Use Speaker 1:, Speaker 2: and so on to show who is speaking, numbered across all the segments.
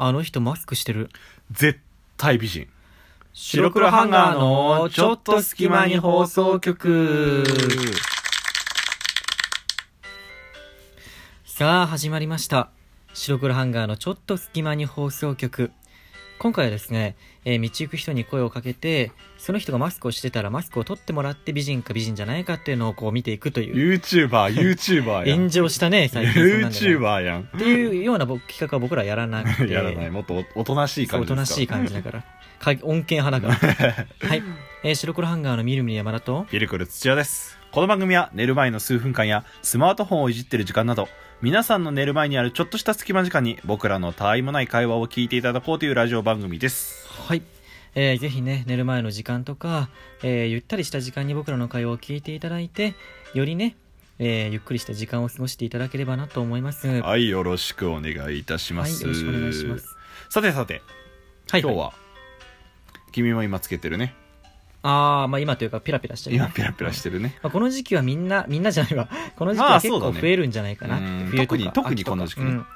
Speaker 1: あの人マスクしてる。
Speaker 2: 絶対美人。
Speaker 1: 白黒ハンガーのちょっと隙間に放送局。さあ、始まりました。白黒ハンガーのちょっと隙間に放送局。今回はですね、えー道行く人に声をかけて、その人がマスクをしてたらマスクを取ってもらって美人か美人じゃないかっていうのをこう見ていくという。
Speaker 2: YouTuber、YouTuber や
Speaker 1: 炎
Speaker 2: ん。
Speaker 1: 上したね、最近そんなんでね。
Speaker 2: YouTuber やん。
Speaker 1: っていうような僕企画は僕らやらなくて。
Speaker 2: やらない。もっとおとなしい
Speaker 1: そう
Speaker 2: 感
Speaker 1: おと
Speaker 2: じですか
Speaker 1: なしい感じだから。か穏健派だ から。はい。えー白黒ハンガーのみるみる山田と、
Speaker 2: ピルクル土屋です。この番組は寝る前の数分間やスマートフォンをいじってる時間など、皆さんの寝る前にあるちょっとした隙間時間に僕らのたわいもない会話を聞いていただこうというラジオ番組です。
Speaker 1: はい。えーぜひね、寝る前の時間とか、えーゆったりした時間に僕らの会話を聞いていただいて、よりね、えーゆっくりした時間を過ごしていただければなと思います。はい、
Speaker 2: はい、よろしくお願いいたします。
Speaker 1: よろしくお願いします。。
Speaker 2: さてさて、
Speaker 1: はい、
Speaker 2: 今日は、君も今つけてるね。
Speaker 1: あー、まあ今というか、ピラピラしてるね、
Speaker 2: 今ペラペラしてるね。
Speaker 1: まあ、この時期はみんな、みんなじゃないわ。 この時期
Speaker 2: ま
Speaker 1: は
Speaker 2: あ
Speaker 1: 結
Speaker 2: そうだ
Speaker 1: 構
Speaker 2: ね
Speaker 1: 増えるんじゃないかな。
Speaker 2: うん
Speaker 1: 冬とか
Speaker 2: 特に特に
Speaker 1: 秋とか
Speaker 2: この時期ね
Speaker 1: うんま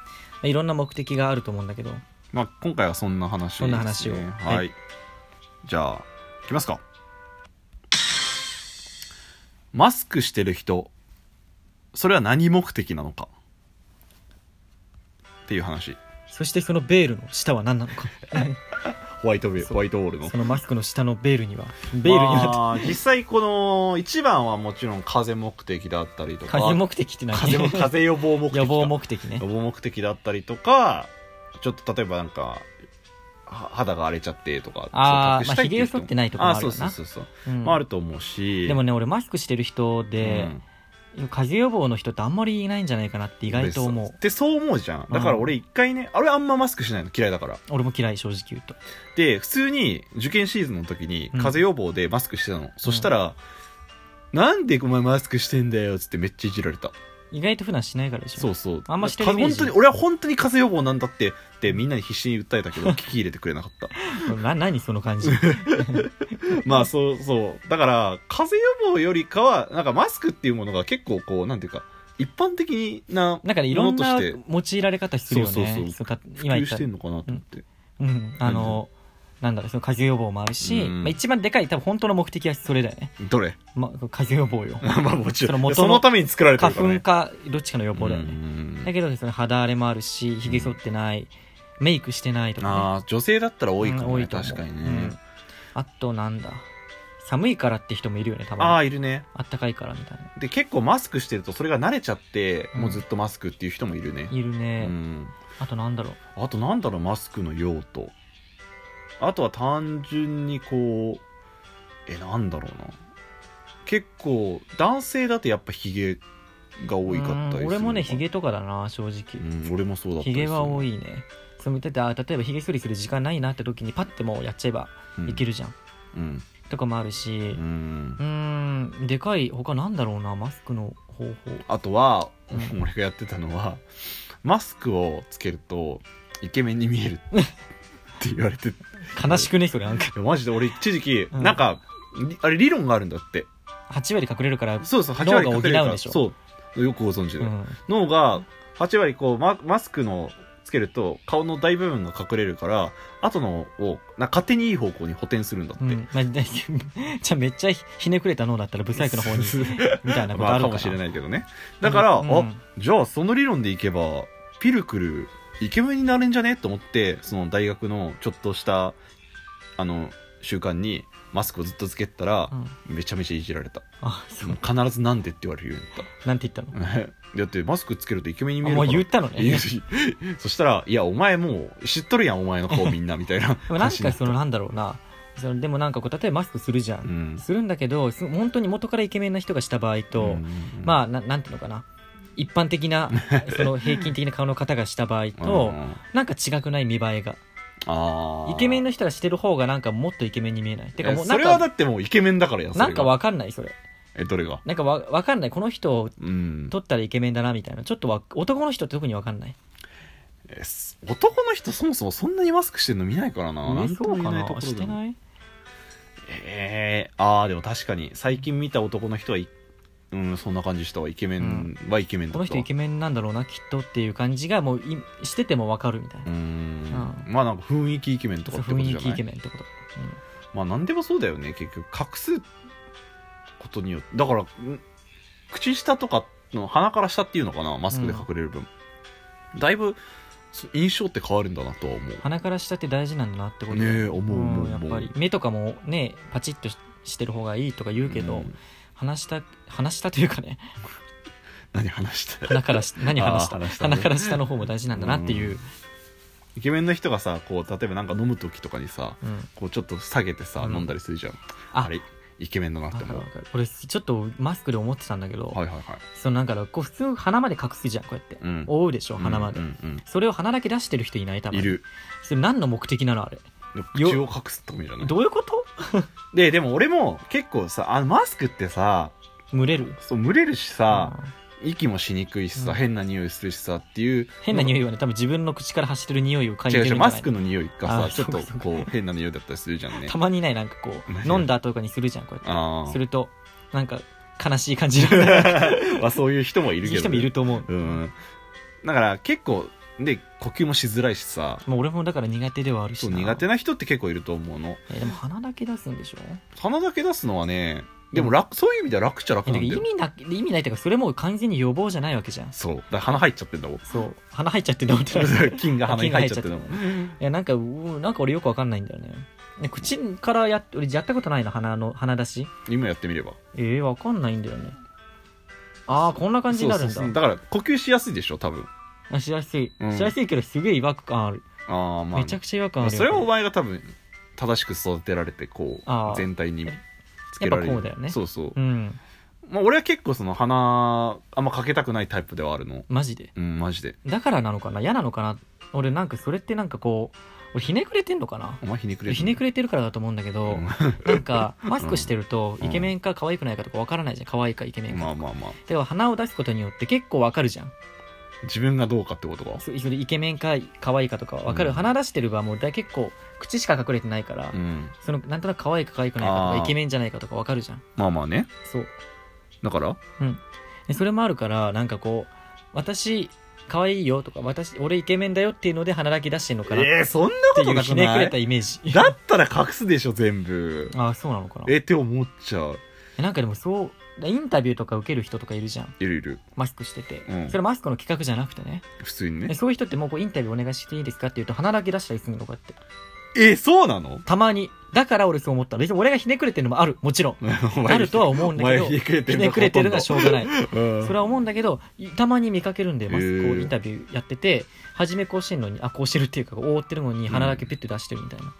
Speaker 1: あいろんな目的があると思うんだけど。
Speaker 2: まあ今回はそんな話です、
Speaker 1: そんな話を
Speaker 2: はい、
Speaker 1: は
Speaker 2: じゃあいきますかマスクしてる人それは何目的なのかっていう話
Speaker 1: そしてそのベールの下は何なの か。
Speaker 2: ホワイトベ
Speaker 1: そう
Speaker 2: ホワイトボールの
Speaker 1: そのマスクの下のベールには、ベールには、
Speaker 2: まあ実際この一番はもちろん風目的だったりとか
Speaker 1: 風目的って何
Speaker 2: 風も風予防目的 か
Speaker 1: 予防目的ね
Speaker 2: 予。防目的だったりとかちょっと例えばなんかは肌が荒れちゃってとか
Speaker 1: あー
Speaker 2: そう隠したいいう人
Speaker 1: まあ髭剃ってないとこもあるよな
Speaker 2: ーそうそうそうそう
Speaker 1: うん
Speaker 2: まあ、あると思うし
Speaker 1: でもね、俺マスクしてる人
Speaker 2: うん
Speaker 1: で、風邪予防の人ってあんまりいないんじゃないかなって意外と思う
Speaker 2: で。でそう思うじゃんだから俺一回ね、あれあんまマスクしないの嫌いだから
Speaker 1: 俺も嫌い、正直言うと。
Speaker 2: で普通に受験シーズンの時に
Speaker 1: うん
Speaker 2: 風邪予防でマスクしてたの、そしたら、なんでお前マスクしてんだよっつってめっちゃいじられた
Speaker 1: 意外と普段しないからでしょ。
Speaker 2: そうそう
Speaker 1: あんましてるイメージ
Speaker 2: か本当に俺は本当に風邪予防なんだってってみんなに必死に訴えたけ ど聞き入れてくれなかった
Speaker 1: な、何その感じ。
Speaker 2: まあそうそうだから風邪予防よりかはなんかマスクっていうものが結構こうなんていうか一般的な
Speaker 1: なんかね、いろん
Speaker 2: も
Speaker 1: な
Speaker 2: のとして
Speaker 1: 用いられ方するよね。
Speaker 2: そうそうそう
Speaker 1: か
Speaker 2: 普
Speaker 1: 今言
Speaker 2: 及
Speaker 1: っ
Speaker 2: したてんのかなと思って、
Speaker 1: うん、あの、なんだろう、その風邪予防もあるし、
Speaker 2: うん
Speaker 1: まあ、一番でかい、多分本当の目的はそれだよね。
Speaker 2: どれ
Speaker 1: まあ、風邪予防よ。
Speaker 2: まあもち
Speaker 1: その
Speaker 2: ろん
Speaker 1: 元
Speaker 2: そ
Speaker 1: の
Speaker 2: のために作られて
Speaker 1: 花
Speaker 2: るから、
Speaker 1: 粉
Speaker 2: ね、
Speaker 1: か、どっちかの予防だよ
Speaker 2: う
Speaker 1: ね。
Speaker 2: ん
Speaker 1: だけど、その肌荒れもあるし、髭剃ってない、メイクしてないとか、ね。
Speaker 2: ああ女性だったら多いかも、
Speaker 1: うん
Speaker 2: ね
Speaker 1: 多いと思う
Speaker 2: 確かにね、
Speaker 1: うんあと、なんだ。寒いからって人もいるよね、た
Speaker 2: あ
Speaker 1: まに。
Speaker 2: あいるね
Speaker 1: あったかいからみたいな。
Speaker 2: で結構マスクしてるとそれが慣れちゃって、
Speaker 1: うん
Speaker 2: もうずっとマスクっていう人もいるね、
Speaker 1: いるね。
Speaker 2: うん
Speaker 1: あと、なんだろう。
Speaker 2: あとなんだろうマスクの用途あとは単純にこうえなんだろうな結構男性だとやっぱヒゲが多いかったりするのか
Speaker 1: うん俺もね、髭とかだな、正直。
Speaker 2: うん俺もそうだったり
Speaker 1: 髭
Speaker 2: する
Speaker 1: は多
Speaker 2: い、
Speaker 1: いね。そうだってあ例えば髭剃りする時間ないなって時にパッてもうやっちゃえば
Speaker 2: うん
Speaker 1: いけるじゃん、
Speaker 2: うん
Speaker 1: とかもあるし、
Speaker 2: うん
Speaker 1: うーんでかい他なんだろうなマスクの方法
Speaker 2: あとは、
Speaker 1: う
Speaker 2: 俺がやってたのはマスクをつけるとイケメンに見えるって言われてい
Speaker 1: 悲しくねそれなんか
Speaker 2: やマジで俺一時期、
Speaker 1: うん
Speaker 2: なんかりあれ理論があるんだって
Speaker 1: 8割隠れるから、
Speaker 2: そうそう8割
Speaker 1: 脳が補うん
Speaker 2: 隠れるから
Speaker 1: でしょ
Speaker 2: そうよくご存知
Speaker 1: う
Speaker 2: で、
Speaker 1: ん、
Speaker 2: 脳が8割こうママスクのつけると顔の大部分が隠れるから後のをな勝手にいい方向に補填するんだって、
Speaker 1: うんまあ、でじゃあめっちゃひひねくれた脳だったらブサイクの方にみたいなこと
Speaker 2: ま
Speaker 1: あ
Speaker 2: あ
Speaker 1: る
Speaker 2: か
Speaker 1: か
Speaker 2: も
Speaker 1: ら
Speaker 2: しれないけどねだから、
Speaker 1: うんうん
Speaker 2: あじゃあその理論でいけばピルクルイケメンになれんじゃねと思ってその大学のちょっとしたあの習慣にマスクをずっとつけてたら
Speaker 1: う、ん
Speaker 2: めちゃめちゃいじられた
Speaker 1: あそう
Speaker 2: もう必ず「なんで?」って言われるようになった
Speaker 1: なんて言ったの
Speaker 2: だってマスクつけるとイケメンに見え
Speaker 1: あ
Speaker 2: る
Speaker 1: も
Speaker 2: か
Speaker 1: う
Speaker 2: ら
Speaker 1: 言ったのね
Speaker 2: いや
Speaker 1: で
Speaker 2: そしたら「いやお前もう知っとるやんお前 の顔みんな」みたいな
Speaker 1: もなんかその
Speaker 2: 話になっ
Speaker 1: なんだろうなそのでもなんかこう例えばマスクするじゃ
Speaker 2: た
Speaker 1: ん、
Speaker 2: うん
Speaker 1: するんだけどす本当に元からイケメンな人がした場合と、
Speaker 2: うん
Speaker 1: まあななんていうのかな一般的 なその平均的な顔の方がした場合と、
Speaker 2: うん
Speaker 1: なんか違くない見栄えが
Speaker 2: あー
Speaker 1: イケメンの人がしてる方がなんかもっとイケメンに見えないてかもう
Speaker 2: え
Speaker 1: な
Speaker 2: そ
Speaker 1: ん
Speaker 2: れはだ
Speaker 1: か
Speaker 2: ってもうイケメンだからやそれが
Speaker 1: なんかわかんないそれ
Speaker 2: えどれが
Speaker 1: なんかわわかんないこの人を
Speaker 2: うん
Speaker 1: 撮ったらイケメンだなみたいなちょっとわ男の人って特にわかんない
Speaker 2: えす男の人そもそもそんなにマスクしてるの見ないからななんと
Speaker 1: そ
Speaker 2: も
Speaker 1: う
Speaker 2: 言
Speaker 1: か
Speaker 2: えない
Speaker 1: な
Speaker 2: ところ
Speaker 1: して
Speaker 2: い
Speaker 1: ない
Speaker 2: えー、あーでも確かに最近見た男の人はいうんそんな感じしたわイケメンはイケメンだ
Speaker 1: こ
Speaker 2: っ
Speaker 1: の
Speaker 2: た
Speaker 1: 人イケメンなんだろうなきっとっていう感じがもういしててもわかるみたいな
Speaker 2: う、んまあなんか雰囲気イケメンと
Speaker 1: そ
Speaker 2: か
Speaker 1: う
Speaker 2: ってことじ
Speaker 1: 雰囲
Speaker 2: ゃない
Speaker 1: 気イケメンってこと、うん
Speaker 2: まあ何でもそうだよね結局隠すことによってだからん口下とかの鼻から下っていうのかなマスクで隠れる分、だいぶそ印象って変わるんだなとは思う
Speaker 1: 鼻から下って大事なんだなってことだよ
Speaker 2: ねえ思う思う思う、
Speaker 1: うんやっぱり目とかもねパチッとししてる方がいいとか言うけど、
Speaker 2: うん
Speaker 1: 話した話したというかね
Speaker 2: 何話した
Speaker 1: 鼻から し何話した
Speaker 2: あー話したね
Speaker 1: 鼻から下の方も大事なんだなっていう、
Speaker 2: イケメンの人がさこう例えばなんか飲む時とかにさ
Speaker 1: うん
Speaker 2: こうちょっと下げてさ、
Speaker 1: うん
Speaker 2: 飲んだりするじゃん
Speaker 1: あ
Speaker 2: あれイケメンだなっ
Speaker 1: わ
Speaker 2: て
Speaker 1: かる
Speaker 2: 思う
Speaker 1: わかる俺ちょっとマスクで思ってたんだけど、
Speaker 2: はいはいはい
Speaker 1: そのなんかこう普通鼻まで隠すじゃんこうやって、
Speaker 2: うん
Speaker 1: 覆うでしょ鼻まで、
Speaker 2: うんうん
Speaker 1: それを鼻だけ出してる人いない多
Speaker 2: うん
Speaker 1: 分
Speaker 2: いる
Speaker 1: それ何の目的なのあれよ
Speaker 2: 口を隠すってことじゃない
Speaker 1: どういうこと
Speaker 2: ででも俺も結構さあのマスクってさ
Speaker 1: 群れる
Speaker 2: そう蒸れるしさ、
Speaker 1: うん
Speaker 2: 息もしにくいしさ、
Speaker 1: うん
Speaker 2: 変な匂いするしさっていう
Speaker 1: 変な匂
Speaker 2: い
Speaker 1: いはね多分自分の口から走ってる匂いを嗅い
Speaker 2: 違う
Speaker 1: でるんじゃな
Speaker 2: 違う
Speaker 1: い
Speaker 2: マスクの匂いが
Speaker 1: あ
Speaker 2: さちょっと
Speaker 1: そうか
Speaker 2: こう変な匂いだったりするじゃんね
Speaker 1: たまにないなんかこ
Speaker 2: ね
Speaker 1: う飲んだ後とかにするじゃんこうやっ
Speaker 2: あ
Speaker 1: て
Speaker 2: あ
Speaker 1: するとなんか悲しい感 じの
Speaker 2: まあそういう人もいるけど、ね、
Speaker 1: 人もいると思う、
Speaker 2: うんだから結構で呼吸もしづらいしさ
Speaker 1: もう俺もだから苦手ではあるし
Speaker 2: そう
Speaker 1: な
Speaker 2: 苦手な人って結構いると思うの
Speaker 1: えでも鼻だけ出すんでしょ
Speaker 2: 鼻だけ出すのはねでも楽、そういう意味では楽っちゃ楽
Speaker 1: えだ
Speaker 2: な
Speaker 1: から
Speaker 2: ん
Speaker 1: 意
Speaker 2: だよ
Speaker 1: 味な意味ないっていうかそれもう完全に予防じゃないわけじゃん
Speaker 2: そうだから鼻入っちゃってんだもん
Speaker 1: そう鼻 入っちゃって飲んでる
Speaker 2: 菌が 鼻に入っちゃってんだ もん
Speaker 1: 菌いやなんかうんなんか俺よくわかんないんだよねね口からやっ俺やったことないな鼻の鼻出し
Speaker 2: 今やってみれば
Speaker 1: えー、わかんないんだよねああこんな感じになるんだ
Speaker 2: そうそうそうだから呼吸しやすいでしょ多分
Speaker 1: あしやすい、
Speaker 2: うん
Speaker 1: しやすいけどすげえ違和感ある、
Speaker 2: ああまあ
Speaker 1: めちゃくちゃ違和感あるよ
Speaker 2: それはお
Speaker 1: こ
Speaker 2: 前が多分正しく育てられてこ
Speaker 1: あ
Speaker 2: う
Speaker 1: ー
Speaker 2: 全体につけられる
Speaker 1: やっぱこうだよね
Speaker 2: そうそう、
Speaker 1: れうん
Speaker 2: まあ、俺は結構その鼻あんまかけたくないタイプではあるの
Speaker 1: マジで
Speaker 2: うんマジで
Speaker 1: だからなのかな嫌なのかな俺なんかそれってなんかこう俺ひねくれてんのかな
Speaker 2: お前ひねくれ
Speaker 1: ひね
Speaker 2: れ
Speaker 1: くれてるからだと思うんだけど、
Speaker 2: うん
Speaker 1: なんかマスクしてると
Speaker 2: うん
Speaker 1: イケメンか可愛くないかとかわからないじゃん可愛いかイケメンか、
Speaker 2: まあまあまあ
Speaker 1: では鼻を出すことによって結構わかるじゃん
Speaker 2: 自分がどうかってことか
Speaker 1: そそれイケメンか可愛いかとかわかる、
Speaker 2: うん
Speaker 1: 鼻出してるはもうだ結構口しか隠れてないから、
Speaker 2: うん
Speaker 1: そのなんとなく可愛いか可愛くないか
Speaker 2: あ
Speaker 1: と
Speaker 2: ー
Speaker 1: かイケメンじゃないかとかわかるじゃん
Speaker 2: まあまあね
Speaker 1: そう
Speaker 2: だから
Speaker 1: でそれもあるからなんかこう私可愛いよとか私俺イケメンだよっていうので鼻だけ出してんのかなっ
Speaker 2: えー、そんな
Speaker 1: て
Speaker 2: こ
Speaker 1: い
Speaker 2: と
Speaker 1: う
Speaker 2: なく
Speaker 1: ひねく
Speaker 2: な
Speaker 1: れた
Speaker 2: い
Speaker 1: イメージ
Speaker 2: だったら隠すでしょ全部
Speaker 1: ああそうなのかな
Speaker 2: えって思っちゃう
Speaker 1: なんかでもそうインタビューとか受ける人とかいるじゃん
Speaker 2: いるいる
Speaker 1: マスクしてて、
Speaker 2: うん
Speaker 1: それマスクの企画じゃなくてね
Speaker 2: 普通に
Speaker 1: え
Speaker 2: ね
Speaker 1: そういう人ってもうこうインタビューお願いしていいですかって言うと鼻だけ出したりするのかって
Speaker 2: えそうなの
Speaker 1: たまにだから俺そう思ったの別に俺がひねくれてるのもあるもちろんあるとは思うんだけど
Speaker 2: お前ひねくれて
Speaker 1: ひ
Speaker 2: んの
Speaker 1: ねくれてるのはしょうがない
Speaker 2: ほとんどうん
Speaker 1: それは思うんだけどいたまに見かけるんでマスクを
Speaker 2: へえ
Speaker 1: インタビューやってて初めこうしてるのにあこうしてるっていうか覆ってるのに鼻だけピュッて出してるみたいな、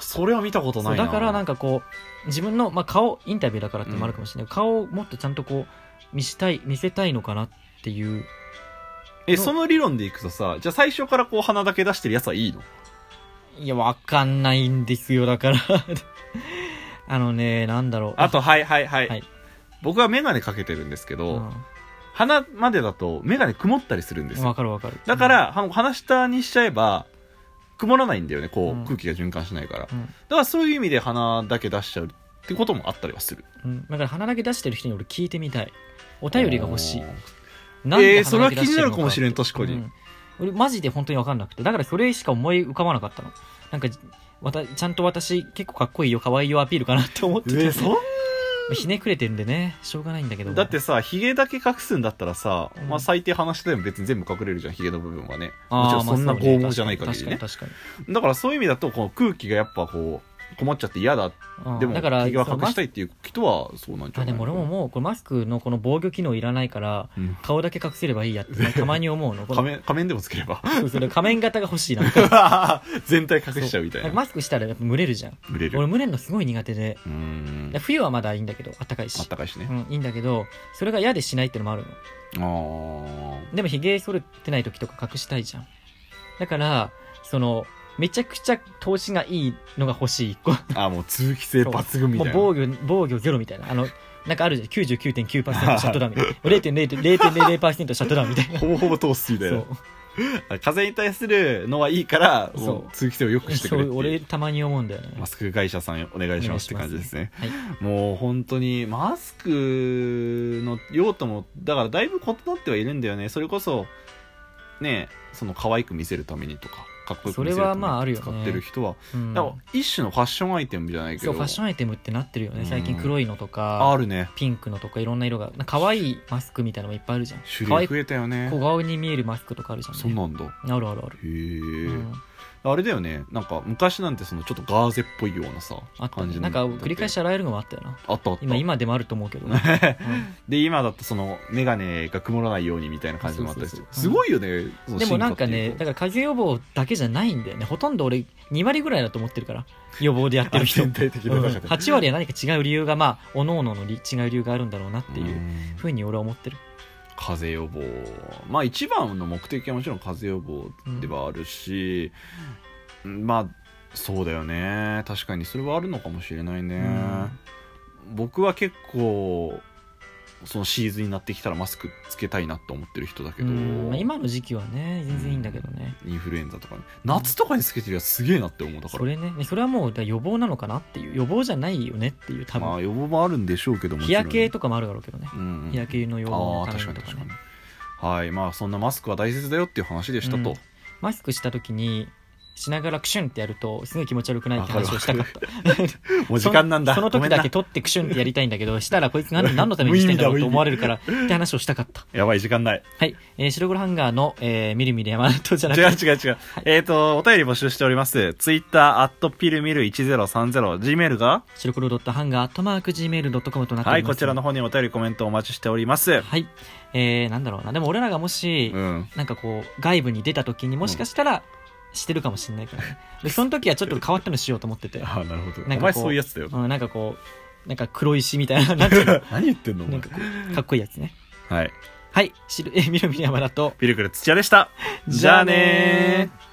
Speaker 2: それは見たこと
Speaker 1: そ
Speaker 2: な
Speaker 1: う
Speaker 2: いな
Speaker 1: だからなん
Speaker 2: か
Speaker 1: かこう自分の、まあ、顔インタビューだからってのもあるかもしれない、顔をもっとちゃんとこう見したい見せたいのかなっていう
Speaker 2: えその理論でいくとさじゃあ最初からこう鼻だけ出してるやつはいいの
Speaker 1: いやわかんないんですよだから あのねなんだろう
Speaker 2: あとはいはいはい、
Speaker 1: はい
Speaker 2: 僕は眼鏡かけてるんですけ
Speaker 1: う
Speaker 2: ど、
Speaker 1: ん
Speaker 2: 鼻までだと眼鏡曇ったりするんです
Speaker 1: わ
Speaker 2: よ
Speaker 1: かるわかる
Speaker 2: だから、は鼻下にしちゃえば曇らないんだよねこう、
Speaker 1: うん
Speaker 2: 空気が循環しないからだ
Speaker 1: う
Speaker 2: か
Speaker 1: んうん
Speaker 2: らそういう意味で鼻だけ出しちゃうってこともあったりはする
Speaker 1: うんだから鼻だけ出してる人に俺聞いてみたいお便りが欲しい
Speaker 2: おー
Speaker 1: なんで
Speaker 2: えーそれは
Speaker 1: 鼻だけ出
Speaker 2: 気に
Speaker 1: して
Speaker 2: な
Speaker 1: の
Speaker 2: るかもしれん確かに、
Speaker 1: うん俺マジで本当に分かんなくてだからそれしか思い浮かばなかったのなんかわたちゃんと私結構かっこいいよ可愛いよアピールかなって思ってて、
Speaker 2: えーそ
Speaker 1: ひねくれてるんでねしょうがないんだけど
Speaker 2: んだってさひげだけ隠すんだったらさ、
Speaker 1: うん
Speaker 2: まあ、最低話してでも別に全部隠れるじゃんひげの部分はねも
Speaker 1: あ
Speaker 2: ち
Speaker 1: ー
Speaker 2: ろんそんな
Speaker 1: まあうね
Speaker 2: 剛毛じゃない限りね
Speaker 1: 確かに
Speaker 2: だからそういう意味だとこの空気がやっぱこう困っちゃって嫌だ
Speaker 1: 確かに、うん
Speaker 2: でも
Speaker 1: だから
Speaker 2: 気が隠し
Speaker 1: そ
Speaker 2: た
Speaker 1: の
Speaker 2: いっていう人はそうなんじ
Speaker 1: マス
Speaker 2: ゃ
Speaker 1: あ
Speaker 2: ない
Speaker 1: でも俺ももうこのマスクのこの防御機能いらないから
Speaker 2: うん
Speaker 1: 顔だけ隠せればいいやってねたまに思うのこの
Speaker 2: 仮面仮面でもつ ければ
Speaker 1: そうそれ仮面型が欲しいな
Speaker 2: 全体 隠しちゃうみた
Speaker 1: そ
Speaker 2: いうな
Speaker 1: マスクしたらやっぱ蒸れるじゃん
Speaker 2: 売れる
Speaker 1: 俺
Speaker 2: う
Speaker 1: 蒸れるのすごい苦手で
Speaker 2: ーん
Speaker 1: 冬はまだいいんだけど暖かいし
Speaker 2: あったかいしね
Speaker 1: うん、いいんだけどそれが嫌でしないってのもあるの
Speaker 2: あー
Speaker 1: でもひげ剃れてない時とか隠したいじゃんだからそのめちゃくちゃ投資がいいのが欲しい一個
Speaker 2: あーもう通気性抜群み
Speaker 1: も
Speaker 2: た
Speaker 1: う
Speaker 2: いな
Speaker 1: 防御防御ゼロみたいなあのなんかあるじゃん99.9%シャットダウンみたいな0.0%シャットダウンみたいな
Speaker 2: ほぼほぼ通すみたい
Speaker 1: そ
Speaker 2: な
Speaker 1: う
Speaker 2: あ風に対するのはいいから
Speaker 1: そう
Speaker 2: もう通気性を良くしてく
Speaker 1: そ
Speaker 2: れっていう
Speaker 1: う俺たまに思うんだよね
Speaker 2: マスク会社さんお願いしますって感じですね
Speaker 1: はい
Speaker 2: もう本当にマスクの用途もだからだいぶ異なってはいるんだよねそれこそねその可愛く見せるためにとかかっこよく見せる
Speaker 1: それは
Speaker 2: た
Speaker 1: まああ
Speaker 2: め
Speaker 1: るよ
Speaker 2: に
Speaker 1: ね
Speaker 2: 使ってる人は、
Speaker 1: うん
Speaker 2: だから一種のファッションアイテムじゃないけ
Speaker 1: そ
Speaker 2: ど
Speaker 1: うファッションアイテムってなってるよね最近
Speaker 2: うん
Speaker 1: 黒いのと
Speaker 2: あ
Speaker 1: か
Speaker 2: あるね
Speaker 1: ピンクのとかいろんな色がなんか可愛いマスクみたいなのもいっぱいあるじゃん
Speaker 2: 種
Speaker 1: 可愛
Speaker 2: 類
Speaker 1: い小
Speaker 2: 増えたよね
Speaker 1: 顔に見えるマスクとかあるじゃんね
Speaker 2: そうなんだへ
Speaker 1: あるあるある、
Speaker 2: え、
Speaker 1: うん
Speaker 2: あれだよねなんか昔なんてそのちょっとガーゼっぽいようなさ
Speaker 1: あったね
Speaker 2: 感じの
Speaker 1: なんか繰り返し洗えるのもあったよな
Speaker 2: あったあった
Speaker 1: 今今でもあると思うけど、うん
Speaker 2: で今だとその眼鏡が曇らないようにみたいな感じもあったりして
Speaker 1: そうそうそう
Speaker 2: すごいよねその
Speaker 1: でもなんかね
Speaker 2: 進
Speaker 1: だか
Speaker 2: 化って
Speaker 1: 風邪
Speaker 2: いうから
Speaker 1: 予防だけじゃないんだよねほとんど俺2割ぐらいだと思ってる から予防でやってる人
Speaker 2: あ全体的な
Speaker 1: うん
Speaker 2: 中で
Speaker 1: 8割は何か違う理由がまあおのおののり違う理由があるんだろうなって
Speaker 2: う
Speaker 1: いうんふうに俺は思ってる
Speaker 2: 風邪予防まあ一番の目的はもちろん風邪予防ではあるし、まあそうだよね確かにそれはあるのかもしれないね、僕は結構そのシーズンになってきたらマスクつけたいなと思ってる人だけど、
Speaker 1: うんまあ、今の時期はね全然いいんだけどね
Speaker 2: インフルエンザとかね夏とかにつけてるやつすげえなって思うだか
Speaker 1: そ
Speaker 2: ら
Speaker 1: れねそれはもうだから予防なのかなっていう予防じゃないよねっていう多
Speaker 2: ま
Speaker 1: 分
Speaker 2: あ予防もあるんでしょうけども
Speaker 1: 日焼け
Speaker 2: と
Speaker 1: とかもあるだろうけどね
Speaker 2: うんうん
Speaker 1: 日焼けの予
Speaker 2: あ
Speaker 1: 防の
Speaker 2: あ
Speaker 1: ため
Speaker 2: 確
Speaker 1: に
Speaker 2: か
Speaker 1: と
Speaker 2: に
Speaker 1: か
Speaker 2: 確
Speaker 1: ね
Speaker 2: かにはいまあそんなマスクは大切だよっていう話でしたと、
Speaker 1: うんマスクした時にしながらクシュンってやるとすごい気持ち悪くないって話をしたかった
Speaker 2: もう時間なんだ
Speaker 1: そのその時だけ
Speaker 2: ごめん
Speaker 1: 取ってクシュンってやりたいんだけどしたらこいつ何何のためにしてんだろうと思われるからって話をしたかった
Speaker 2: なやばい時間ない
Speaker 1: はい、えー、白黒ハンガーの、えー、みるみる山とじゃなく
Speaker 2: 違う
Speaker 1: て
Speaker 2: 違う違う、えっ、とお便り募集しておりますツイッターアットピルミル 1030Gmail が
Speaker 1: 白黒ドットハンガーとマーク Gmail.com となってお
Speaker 2: は
Speaker 1: り
Speaker 2: い
Speaker 1: ます
Speaker 2: こちらの方にお便りコメントお待ちしております
Speaker 1: はいえー、なんだろうなでも俺らがもし、
Speaker 2: うん
Speaker 1: なんかこう外部に出た時にもしかしたらしてるかもしれないから、ね、でその時はちょっと変わったのしようと思って て、
Speaker 2: ああなるほど
Speaker 1: なんかこう
Speaker 2: お前そういうやつだよ
Speaker 1: うん、なんかこうなんか黒石みたいななんていうの
Speaker 2: 何言ってんのお
Speaker 1: な
Speaker 2: 前
Speaker 1: んかこうかっこいいやつね
Speaker 2: はい
Speaker 1: はいしるえみるみる山だと
Speaker 2: ピルクル土屋でしたじゃあねー